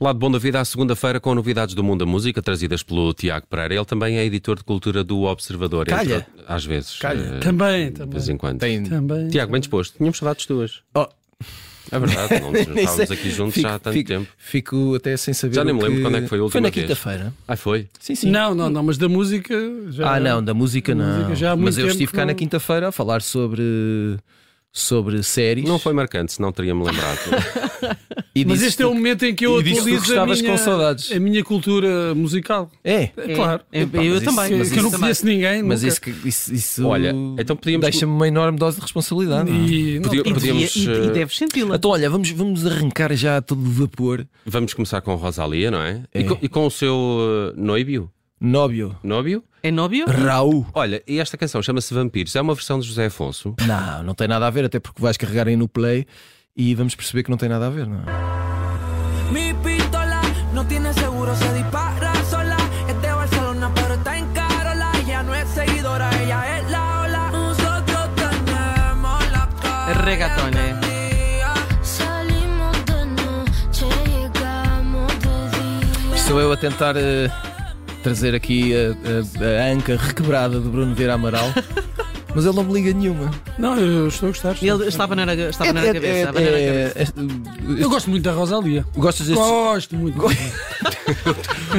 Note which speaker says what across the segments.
Speaker 1: Lado Bom da Vida, à segunda-feira, com novidades do mundo da música, trazidas pelo Tiago Pereira. Ele também é editor de cultura do Observador.
Speaker 2: Calha.
Speaker 1: entre outras- às vezes.
Speaker 2: Calha.
Speaker 1: eh,
Speaker 3: Também,
Speaker 1: De
Speaker 3: também.
Speaker 1: vez em quando.
Speaker 2: Tem-
Speaker 3: Também.
Speaker 1: Tiago, bem disposto. Tínhamos saudades tuas.
Speaker 2: Oh.
Speaker 1: É verdade, não nos-
Speaker 2: Nem
Speaker 1: estávamos
Speaker 2: sei.
Speaker 1: aqui juntos
Speaker 2: Fico-
Speaker 1: já há tanto
Speaker 2: fico-
Speaker 1: tempo.
Speaker 2: Fico até sem saber.
Speaker 1: Já nem
Speaker 2: o
Speaker 1: me lembro quando é que foi a
Speaker 2: Foi
Speaker 1: última
Speaker 2: na
Speaker 1: vez.
Speaker 2: quinta-feira.
Speaker 1: Ah, foi?
Speaker 2: Sim, sim.
Speaker 3: Não, não, não, mas da música já.
Speaker 2: Ah, não, da música não.
Speaker 3: música já há muito
Speaker 2: Mas eu
Speaker 3: tempo
Speaker 2: estive
Speaker 3: que
Speaker 2: cá
Speaker 3: não-
Speaker 2: na quinta-feira a falar sobre, sobre séries.
Speaker 1: Não foi marcante, senão teria-me lembrado.
Speaker 2: E
Speaker 3: Mas
Speaker 2: disse
Speaker 3: este é o
Speaker 2: que-
Speaker 3: momento em que eu
Speaker 2: e disse que
Speaker 3: atualizo a
Speaker 2: gostavas
Speaker 3: minha,
Speaker 2: com saudades.
Speaker 3: a minha cultura musical.
Speaker 2: É.
Speaker 3: É claro.
Speaker 4: Eu,
Speaker 2: Epá, mas
Speaker 4: eu
Speaker 2: isso-
Speaker 4: também.
Speaker 2: mas
Speaker 3: que eu não
Speaker 2: isso
Speaker 3: conheço ninguém.
Speaker 2: Mas
Speaker 3: nunca.
Speaker 2: isso, que- isso, isso
Speaker 1: Olha, então podíamos-
Speaker 2: deixa-me uma enorme dose de responsabilidade. não é?
Speaker 3: E, não,
Speaker 1: Podia-
Speaker 4: E,
Speaker 1: podíamos,
Speaker 4: devia- e,
Speaker 1: eh,
Speaker 4: e deves senti-la.
Speaker 2: Então, olha, vamos, vamos arrancar já a todo vapor.
Speaker 1: Vamos começar com Rosalia, não é? E, co- e com, o seu eh, noibio?
Speaker 2: Nóbio,
Speaker 1: Nóbio?
Speaker 4: É nóbio?
Speaker 2: Raul.
Speaker 1: Olha, e esta canção chama-se Vampiros. É uma versão de José Afonso.
Speaker 2: Não, não tem nada a ver, até porque vais carregar aí no play e vamos perceber que não tem nada a ver, não é?
Speaker 5: Mi pistola no tiene seguro, se dispara sola. Es de Barcelona, pero está en Carola. Ella no es seguidora, ella es la ola. Nosotros tenemos la cara.
Speaker 4: Reggaetón, eh.
Speaker 5: prendida.
Speaker 6: Salimos de noche, llegamos de día.
Speaker 2: Sou eu a tentar eh, trazer aqui a, a- a anca requebrada de Bruno Vieira Amaral, mas ele não me liga nenhuma.
Speaker 3: não, eu estou a gostar. estou a
Speaker 4: Ele
Speaker 3: gostar.
Speaker 4: estava na, estava na
Speaker 2: É- é-
Speaker 4: cabeça.
Speaker 2: é-
Speaker 4: estava na
Speaker 2: é-
Speaker 4: cabeça.
Speaker 2: este-
Speaker 3: Eu gosto muito da Rosalia.
Speaker 2: Gostas destes?
Speaker 3: Gosto muito.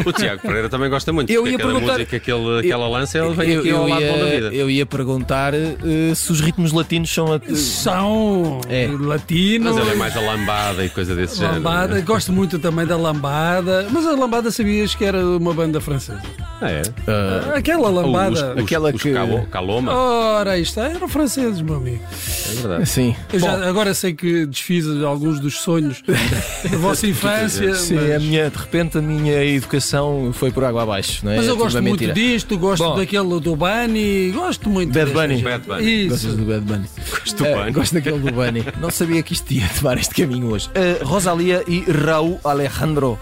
Speaker 1: O Tiago Pereira também gosta muito.
Speaker 2: Eu
Speaker 1: porque
Speaker 2: ia
Speaker 1: aquela
Speaker 2: perguntar-
Speaker 1: música que ele, aquela lança, ele vem
Speaker 2: Eu,
Speaker 1: aqui ao
Speaker 2: eu,
Speaker 1: lado bom da
Speaker 2: ia,
Speaker 1: vida.
Speaker 2: eu ia perguntar eh, se os ritmos latinos são a.
Speaker 3: São
Speaker 2: É.
Speaker 3: latinos.
Speaker 1: Mas ele é mais a lambada e coisa desse género.
Speaker 3: Lambada,
Speaker 2: é?
Speaker 3: gosto muito também da Lambada, mas a Lambada sabias que era uma banda francesa?
Speaker 1: Ah, é?
Speaker 2: eh,
Speaker 3: Aquela Lambada.
Speaker 1: Os, os,
Speaker 2: Aquela
Speaker 1: os
Speaker 2: que- Oh.
Speaker 1: calo- caloma,
Speaker 3: Ora, isto é, eram franceses, meu amigo.
Speaker 1: é verdade.
Speaker 2: ah, Sim.
Speaker 3: Eu já, agora sei que desfiz alguns dos sonhos da vossa infância.
Speaker 2: Sim, é
Speaker 3: mas...
Speaker 2: a minha, de repente a minha educação foi por água abaixo, não é?
Speaker 3: mas
Speaker 2: É
Speaker 3: eu
Speaker 2: tudo
Speaker 3: gosto
Speaker 2: uma
Speaker 3: muito
Speaker 2: mentira.
Speaker 3: disto, gosto
Speaker 2: Bom.
Speaker 3: daquele do Bunny, gosto muito.
Speaker 2: Bad
Speaker 3: destas-
Speaker 2: Bunny.
Speaker 1: Bad Bunny.
Speaker 2: Gostas
Speaker 3: Isso.
Speaker 2: do Bad Bunny?
Speaker 1: Gosto
Speaker 2: Eh,
Speaker 1: bem.
Speaker 2: gosto daquele do Bunny. Não sabia que isto ia tomar este caminho hoje. Eh, Rosalia e Raul Alejandro.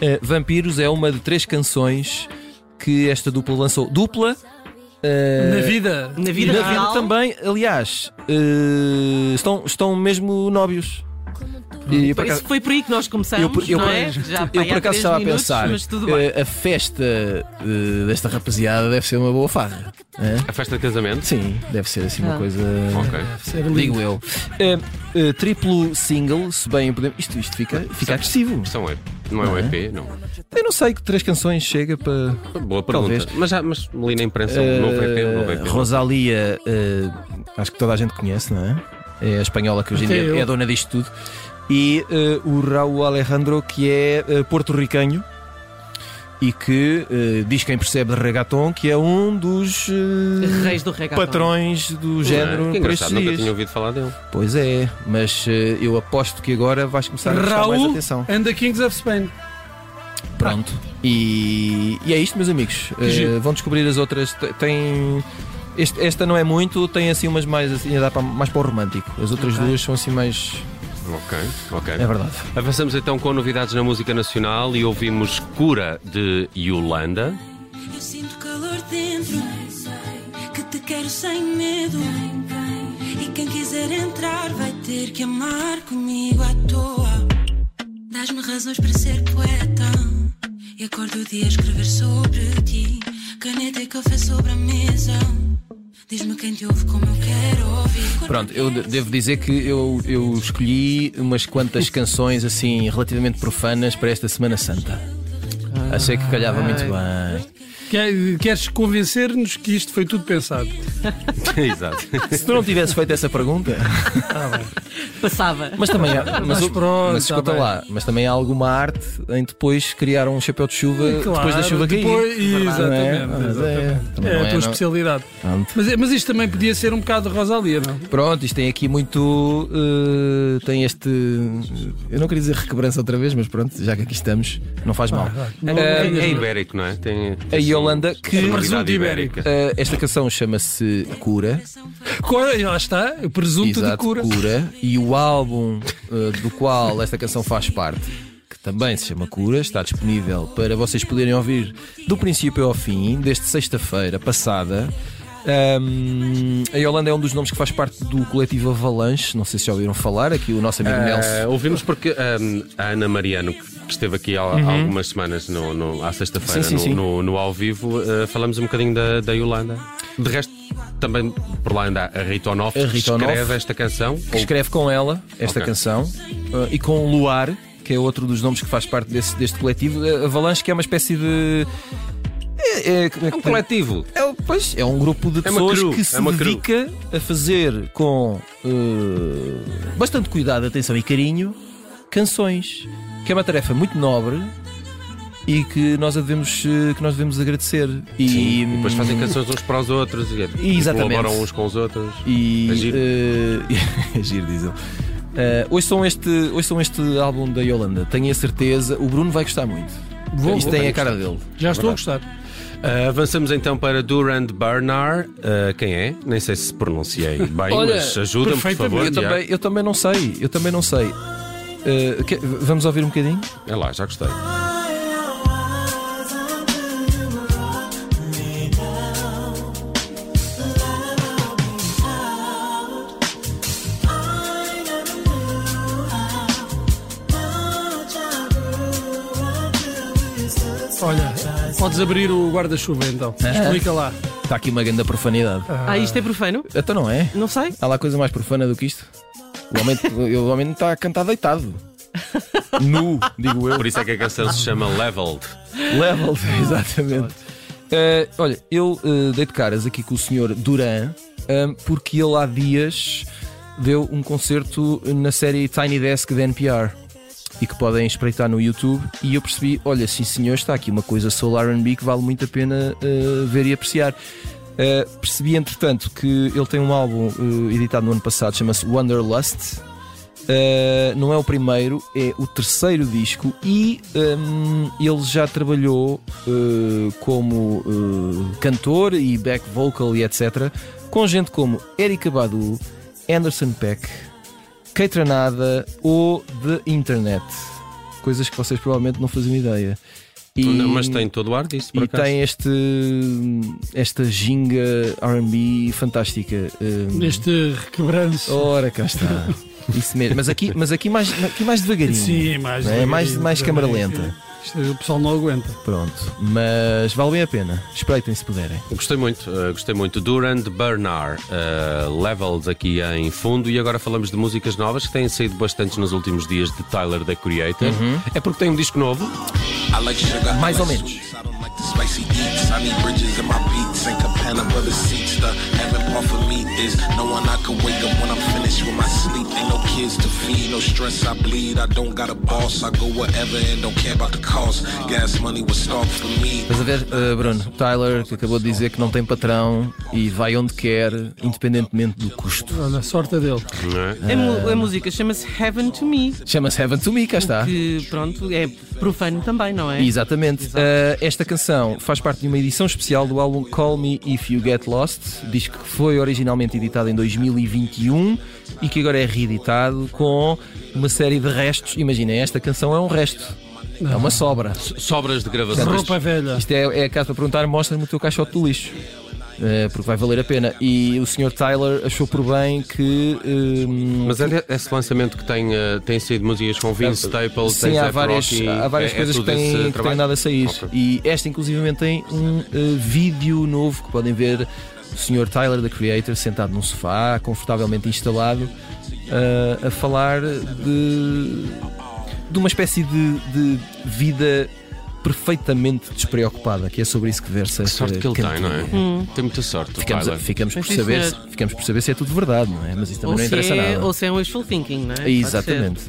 Speaker 2: Eh, Vampiros é uma de três canções que esta dupla lançou. Dupla. eh,
Speaker 3: Na vida.
Speaker 4: Na vida
Speaker 2: e na
Speaker 4: real.
Speaker 2: vida também, aliás, eh, estão, estão mesmo nóbios. E por acaso-
Speaker 4: Isso foi por aí que nós começamos,
Speaker 2: Eu por- eu
Speaker 4: não
Speaker 2: por-
Speaker 4: é? Já
Speaker 2: eu
Speaker 4: pai,
Speaker 2: por
Speaker 4: há
Speaker 2: acaso
Speaker 4: três
Speaker 2: estava a
Speaker 4: minutos,
Speaker 2: pensar,
Speaker 4: Mas tudo bem.
Speaker 2: eh, a festa eh, desta rapaziada deve ser uma boa farra. hã?
Speaker 1: A festa de casamento?
Speaker 2: Sim, deve ser assim uma
Speaker 4: Ah.
Speaker 2: coisa.
Speaker 1: Ok.
Speaker 3: Ser lindo.
Speaker 2: Digo eu. Eh, eh, triplo single, se bem podemos. Isto, isto fica, fica agressivo.
Speaker 1: Isto é um EP. Não é um EP, não.
Speaker 2: Eu não sei que três canções chega para.
Speaker 1: Boa pergunta.
Speaker 2: Talvez.
Speaker 1: Mas, já, mas li na imprensa um novo EP, um novo
Speaker 2: Eh,
Speaker 1: EP.
Speaker 2: Rosalia, eh, acho que toda a gente conhece, não é? É a espanhola que hoje em
Speaker 3: Até eu.
Speaker 2: dia é dona disto tudo. E eh, o Raul Alejandro, que é eh, porto-ricanho e que eh, diz quem percebe de reggaeton que é um dos eh,
Speaker 4: Reis do reggaeton.
Speaker 2: patrões do
Speaker 1: Não é?
Speaker 2: género
Speaker 1: Que
Speaker 2: por
Speaker 1: engraçado,
Speaker 2: estes
Speaker 1: nunca
Speaker 2: dias.
Speaker 1: tinha ouvido falar dele.
Speaker 2: Pois é, mas eh, eu aposto que agora vais começar a prestar mais
Speaker 3: Raul
Speaker 2: atenção.
Speaker 3: and the Kings of Spain.
Speaker 2: Pronto. E, e é isto, meus amigos. Eh,
Speaker 3: giro.
Speaker 2: vão descobrir as outras. Te- Tem. este- esta não é muito, tem assim umas mais assim, a dar para, mais para o romântico. As outras duas são assim mais.
Speaker 1: Ok, ok.
Speaker 2: É verdade.
Speaker 1: Avançamos então com novidades na música nacional e ouvimos Cura de Yolanda.
Speaker 7: Eu sinto calor dentro, que te quero sem medo. E quem quiser entrar vai ter que amar comigo à toa. Dás-me razões para ser poeta. E acordo o dia a escrever sobre ti. Caneta e café sobre a mesa. Diz-me quem te ouve como eu quero ouvir.
Speaker 2: Pronto, eu de- devo dizer que eu, eu escolhi umas quantas canções assim relativamente profanas para esta Semana Santa. Achei que calhava muito bem.
Speaker 3: Quer- Queres convencer-nos que isto foi tudo pensado?
Speaker 1: Exato.
Speaker 2: Se tu não tivesse feito essa pergunta.
Speaker 4: Passava.
Speaker 2: Mas também há, mas,
Speaker 3: Mas pronto,
Speaker 2: mas escuta
Speaker 3: tá bem.
Speaker 2: lá, mas também há alguma arte em depois criar um chapéu de chuva depois da chuva cair.
Speaker 3: depois-
Speaker 2: Não é?
Speaker 3: Exatamente.
Speaker 2: Mas é,
Speaker 3: exatamente.
Speaker 2: também
Speaker 3: É,
Speaker 2: não é,
Speaker 3: a tua
Speaker 2: não.
Speaker 3: especialidade.
Speaker 2: Pronto.
Speaker 3: Mas, mas isto também podia ser um bocado de Rosalia, não?
Speaker 2: Pronto, isto tem aqui muito. eh, tem este. Eu não queria dizer requebrança outra vez, mas pronto, já que aqui estamos, não faz mal.
Speaker 3: Ah,
Speaker 2: Eh,
Speaker 3: Não
Speaker 1: É,
Speaker 3: tenhas-
Speaker 1: é ibérico, não é? Tem,
Speaker 2: A Yolanda que-
Speaker 3: Presunto
Speaker 1: personalidade
Speaker 3: ibérico.
Speaker 1: ibérica.
Speaker 2: Eh, esta canção chama-se Cura.
Speaker 3: Cora, lá está, presunto de
Speaker 2: Exato,
Speaker 3: cura.
Speaker 2: E o álbum eh, do qual esta canção faz parte, que também se chama Cura, está disponível para vocês poderem ouvir do princípio ao fim, desde sexta-feira passada. Ahm, a Yolanda é um dos nomes que faz parte do coletivo Avalanche, não sei se já ouviram falar, aqui o nosso amigo Nelson.
Speaker 1: Eh, ouvimos porque hum, a Ana Mariano, que esteve aqui há, há algumas semanas, no, no- à sexta-feira,
Speaker 2: Sim, Uhum. sim,
Speaker 1: no,
Speaker 2: sim.
Speaker 1: no- no ao vivo, eh, falamos um bocadinho da, da Yolanda. De resto, também por lá anda a Rita Onoff,
Speaker 2: A
Speaker 1: que
Speaker 2: Rita Onoff.
Speaker 1: escreve esta canção. É
Speaker 2: que escreve com ela esta
Speaker 1: Ok.
Speaker 2: canção uh, e com Luar, que é outro dos nomes que faz parte desse- deste coletivo. A Avalanche, que é uma espécie de. É, é- como é
Speaker 1: É
Speaker 2: que-
Speaker 1: um coletivo.
Speaker 2: É, um- pois, é um grupo de
Speaker 1: É uma
Speaker 2: pessoas
Speaker 1: crew,
Speaker 2: que se
Speaker 1: é uma crew.
Speaker 2: dedica a fazer com uh, bastante cuidado, atenção e carinho canções, que é uma tarefa muito nobre e que nós a devemos, uh, que nós devemos agradecer. E,
Speaker 1: E depois fazem canções uns para os outros e, e
Speaker 2: Exatamente.
Speaker 1: colaboram uns com os outros.
Speaker 2: E.
Speaker 1: É giro.
Speaker 2: eh, é giro, dizem. Eh, hoje, são este, hoje são este álbum da Yolanda, tenho a certeza. O Bruno vai gostar muito.
Speaker 3: Vou,
Speaker 2: Isto
Speaker 3: vou.
Speaker 2: tem a cara dele.
Speaker 3: Já estou a gostar.
Speaker 1: Ah, avançamos então para Durand Bernard. Ah, quem é? Nem sei se pronunciei bem,
Speaker 3: Olha,
Speaker 1: mas ajudem-me, por favor.
Speaker 3: perfeitamente.
Speaker 2: Eu também, eu também não sei, eu também não sei. Eh, que- vamos ouvir um bocadinho?
Speaker 1: Tiago. É lá, já gostei.
Speaker 3: Olha, podes abrir o guarda-chuva então.
Speaker 2: É.
Speaker 3: Explica lá.
Speaker 2: Está Tá aqui uma grande profanidade.
Speaker 4: Ah, isto é profano?
Speaker 2: Então não é?
Speaker 4: Não sei.
Speaker 2: Há lá coisa mais profana do que isto? O homem, o homem não está a cantar deitado. Nu, digo eu.
Speaker 1: Por isso é que a canção se chama Leveled.
Speaker 2: Level, exatamente. Eh, olha, eu eh, dei de caras aqui com o senhor Duran, ehm, porque ele há dias deu um concerto na série Tiny Desk da NPR e que podem espreitar no YouTube. E eu percebi: olha, sim senhor, está aqui uma coisa Soul RB que vale muito a pena eh, ver e apreciar. Eh, percebi, entretanto, que ele tem um álbum eh, editado no ano passado, chama-se Wanderlust. Uh, não é o primeiro, é o terceiro disco e um, ele já trabalhou uh, como uh, cantor e back vocal e etc. com gente como Erika Badu, Anderson Peck, Keitranada ou The Internet. Coisas que vocês provavelmente não faziam ideia. E-
Speaker 1: Não, Mas tem todo o ar disso, por
Speaker 2: e
Speaker 1: acaso.
Speaker 2: tem este, esta ginga RB fantástica. Um,
Speaker 3: Neste requebranço.
Speaker 2: Ora, cá está. Isso mesmo. Mas aqui, mas aqui, mais, aqui mais devagarinho.
Speaker 3: Sim, mais.
Speaker 2: Não é? Mais- mais câmara
Speaker 3: também.
Speaker 2: lenta.
Speaker 3: Isto é, O pessoal não aguenta.
Speaker 2: Pronto. Mas vale bem a pena. Espreitem se puderem.
Speaker 1: Gostei muito, eh, gostei muito. Durand Bernard, eh, Levels aqui em fundo. E agora falamos de músicas novas que têm saído bastantes nos últimos dias de Tyler, the Creator.
Speaker 2: Uhum.
Speaker 1: É porque tem um disco novo.
Speaker 8: I like sugar.
Speaker 2: Mais
Speaker 8: I
Speaker 2: ou
Speaker 8: like
Speaker 2: menos.
Speaker 8: sweets, I don't like the spicy deets. I need bridges in my beats and Cabana brother seats. The heaven part for me is knowing I can wake up when I'm finished with my sleep. Ain't no kids to feed, no stress I bleed. I don't got a boss. I go wherever and don't care about the cost. Gas money was starved for me.
Speaker 2: Estás a ver, eh, Bruno? Tyler, que acabou de dizer que não tem patrão e vai onde quer, independentemente do custo.
Speaker 3: Olha, a sorte é dele.
Speaker 1: não é?
Speaker 4: A, mu-
Speaker 2: Ah.
Speaker 4: a música chama-se Heaven to Me,
Speaker 2: Chama-se Heaven to Me, cá está.
Speaker 4: que pronto, é profano também, não é?
Speaker 2: Ah. Exatamente. Eh, esta canção faz parte de uma edição especial do álbum Call Me If You Get Lost, disco que foi originalmente editado em 2021 e que agora é reeditado com uma série de restos. Imaginem, esta canção é um resto, é uma sobra.
Speaker 1: Sobras de gravação.
Speaker 3: Roupa velha.
Speaker 2: Isto é, é caso para perguntar, mostra-me o teu caixote do lixo. Eh, porque vai valer a pena. E o Sr. Tyler achou por bem que. hum,
Speaker 1: Mas é esse lançamento que tem, eh, tem saído músicas com Vince Staples, tem
Speaker 2: É, Sim, há
Speaker 1: Zap
Speaker 2: várias,
Speaker 1: Rocky,
Speaker 2: há várias
Speaker 1: é- é
Speaker 2: coisas que
Speaker 1: tudo esse
Speaker 2: têm, que
Speaker 1: trabalho?
Speaker 2: têm dado a sair.
Speaker 1: Ok.
Speaker 2: E esta, inclusivamente, tem um eh, vídeo novo que podem ver o Sr. Tyler, da Creator, sentado num sofá, confortavelmente instalado, eh, a falar de, de uma espécie de, de vida perfeitamente despreocupada, que é sobre isso que versa.
Speaker 1: Que sorte que ele tem, não é? Tem muita sorte. o
Speaker 2: Ficamos,
Speaker 1: Tyler.
Speaker 2: ficamos por
Speaker 4: Sim,
Speaker 2: saber se,
Speaker 4: senhor.
Speaker 2: ficamos por saber se é tudo verdade, não é? Mas isso também não
Speaker 4: Ou se,
Speaker 2: interessa
Speaker 4: é,
Speaker 2: nada.
Speaker 4: ou se é um wishful thinking, não é? Pode
Speaker 2: Exatamente.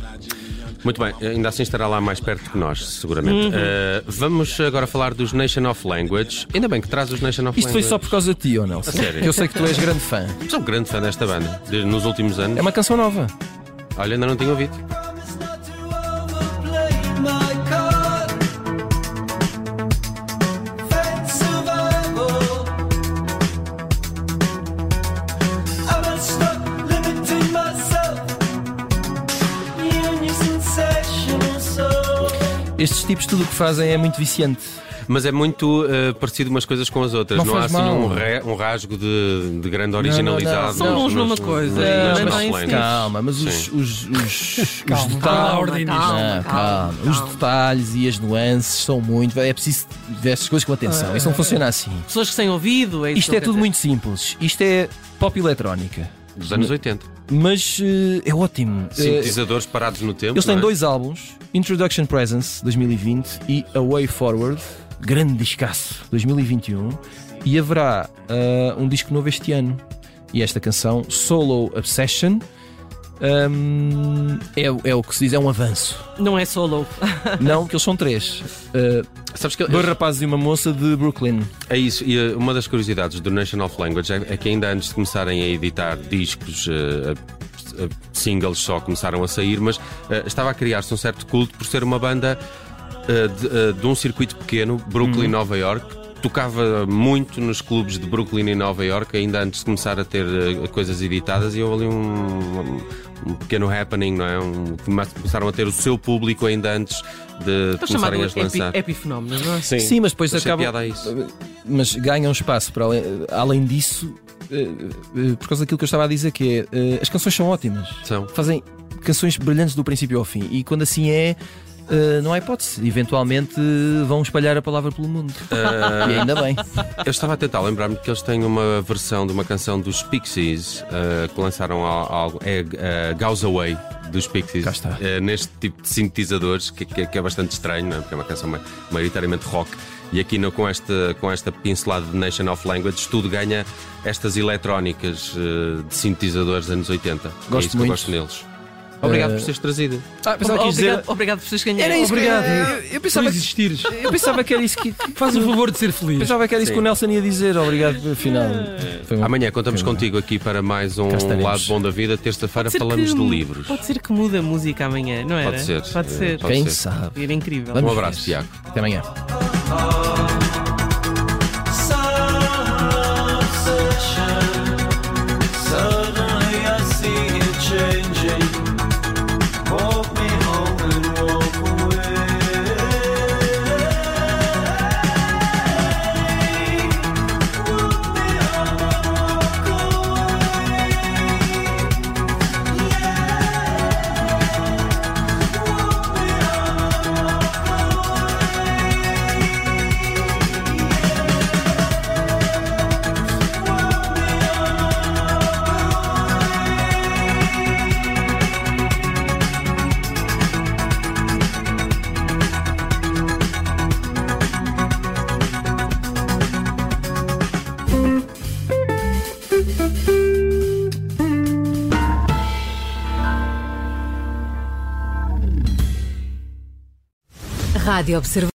Speaker 1: Muito bem, ainda assim estará lá mais perto que nós, seguramente. Eh, vamos agora falar dos Nation of Language. Ainda bem que traz os Nation of
Speaker 2: Isto foi
Speaker 1: Language.
Speaker 2: só por causa de ti, ou Nelson?
Speaker 1: A sério?
Speaker 2: Que Eu sei que tu és grande fã.
Speaker 1: Sou um grande fã desta banda. Desde nos últimos anos.
Speaker 2: É uma canção nova.
Speaker 1: Olha, ainda não tenho ouvido.
Speaker 6: Sensational soul.
Speaker 2: Estes tipos, tudo o que fazem é muito viciante.
Speaker 1: mas é muito eh, parecido umas coisas com as outras.
Speaker 2: Não
Speaker 1: há
Speaker 2: faz
Speaker 1: assim
Speaker 2: mal.
Speaker 1: um, re- um rasgo de, de grande originalidade.
Speaker 4: São bons
Speaker 1: nos-
Speaker 4: numa
Speaker 1: nos-
Speaker 4: coisa,
Speaker 2: Ah,
Speaker 1: nos- nas
Speaker 4: mas não
Speaker 1: top
Speaker 4: é
Speaker 1: lanes.
Speaker 4: isso.
Speaker 2: Calma, mas os, os, os, os detalhes.
Speaker 3: Calma, ordem nisto.
Speaker 2: Não, calma, Os detalhes e as nuances são muito. É preciso ver estas coisas com atenção. Isso não funciona assim.
Speaker 4: Pessoas que sem ouvido, é isso
Speaker 2: Isto
Speaker 4: que
Speaker 2: é
Speaker 4: eu
Speaker 2: tudo
Speaker 4: quero
Speaker 2: muito simples. Isto é pop eletrónica.
Speaker 1: Dos anos 80.
Speaker 2: Mas eh, é ótimo. Eh,
Speaker 1: Sintetizadores parados no tempo.
Speaker 2: Eles
Speaker 1: não
Speaker 2: têm
Speaker 1: é?
Speaker 2: dois álbuns: Introduction Presence 2020 e A Way Forward, grande discaço 2021. E haverá ah, um disco novo este ano. E esta canção, Solo Obsession, ahm, é, é o que se diz, é um avanço.
Speaker 4: dizer. Não é solo.
Speaker 2: Não, que eles são três: Ah,
Speaker 1: Sabes que
Speaker 2: dois rapazes e uma moça de Brooklyn.
Speaker 1: É isso, e eh, uma das curiosidades do Nation of Language é, é que ainda antes de começarem a editar discos, eh, a- a- singles só começaram a sair, mas eh, estava a criar-se um certo culto por ser uma banda eh, de, eh, de um circuito pequeno,
Speaker 2: Uhum.
Speaker 1: Brooklyn, Nova York. Tocava muito nos clubes de Brooklyn e Nova York, ainda antes de começar a ter eh, coisas editadas, e houve ali um, um pequeno happening, não é? Um, começaram a ter o seu público ainda antes de
Speaker 4: Estou então chamado
Speaker 1: começarem a
Speaker 4: epi,
Speaker 1: lançar.
Speaker 4: epifenómeno, não é?
Speaker 2: Sim, mas depois
Speaker 1: Achei
Speaker 2: acabam.
Speaker 1: piada a é isso.
Speaker 2: mas ganham espaço para além, além disso eh, eh, por causa daquilo que eu estava a dizer que é eh, as canções são ótimas
Speaker 1: São.
Speaker 2: fazem canções brilhantes do princípio ao fim e quando assim é eh, não há hipótese eventualmente eh, vão espalhar a palavra pelo mundo
Speaker 1: Eh,
Speaker 2: e ainda bem
Speaker 1: Eu estava a tentar lembrar-me que eles têm uma versão de uma canção dos Pixies eh, que lançaram algo. É eh, Gauss Away dos Pixies.
Speaker 2: Cá está.
Speaker 1: Eh, neste tipo de sintetizadores, que, que- que é bastante estranho, não é? porque é uma canção ma- maioritariamente rock. E aqui no- com, esta, com esta pincelada de Nation of Language, tudo ganha estas eletrónicas eh, de sintetizadores anos 80. é
Speaker 2: Gosto
Speaker 1: isso que
Speaker 2: muito.
Speaker 1: eu gosto neles. Obrigado por teres trazido.
Speaker 2: Eh, ah,
Speaker 4: Obrigado, obrigado por vocês ganharem.
Speaker 2: obrigado eu
Speaker 3: Por
Speaker 2: pensava que,
Speaker 3: existires.
Speaker 2: eu pensava que era isso que
Speaker 3: Faz o favor de ser feliz.
Speaker 2: pensava que era isso que o Nelson ia dizer obrigado afinal foi um-
Speaker 1: Eh, Amanhã contamos contigo aqui para mais um
Speaker 2: Cá estaremos.
Speaker 1: Lado Bom da Vida. Terça-feira
Speaker 4: Pode ser
Speaker 1: falamos
Speaker 4: que-
Speaker 1: de livros.
Speaker 4: Pode ser que mude a música amanhã, não era?
Speaker 1: Pode ser. eh,
Speaker 4: Pode ser.
Speaker 1: Pode
Speaker 2: quem
Speaker 1: ser.
Speaker 2: sabe
Speaker 4: Era incrível.
Speaker 1: Um
Speaker 2: Vamos
Speaker 1: abraço,
Speaker 2: ver.
Speaker 1: Tiago.
Speaker 2: até amanhã
Speaker 9: Suddenly I see it changing. Walk me home and walk away. Walk me home and walk away. Yeah. Walk me home and walk away. Yeah. Walk me home.
Speaker 10: Rádio Observador.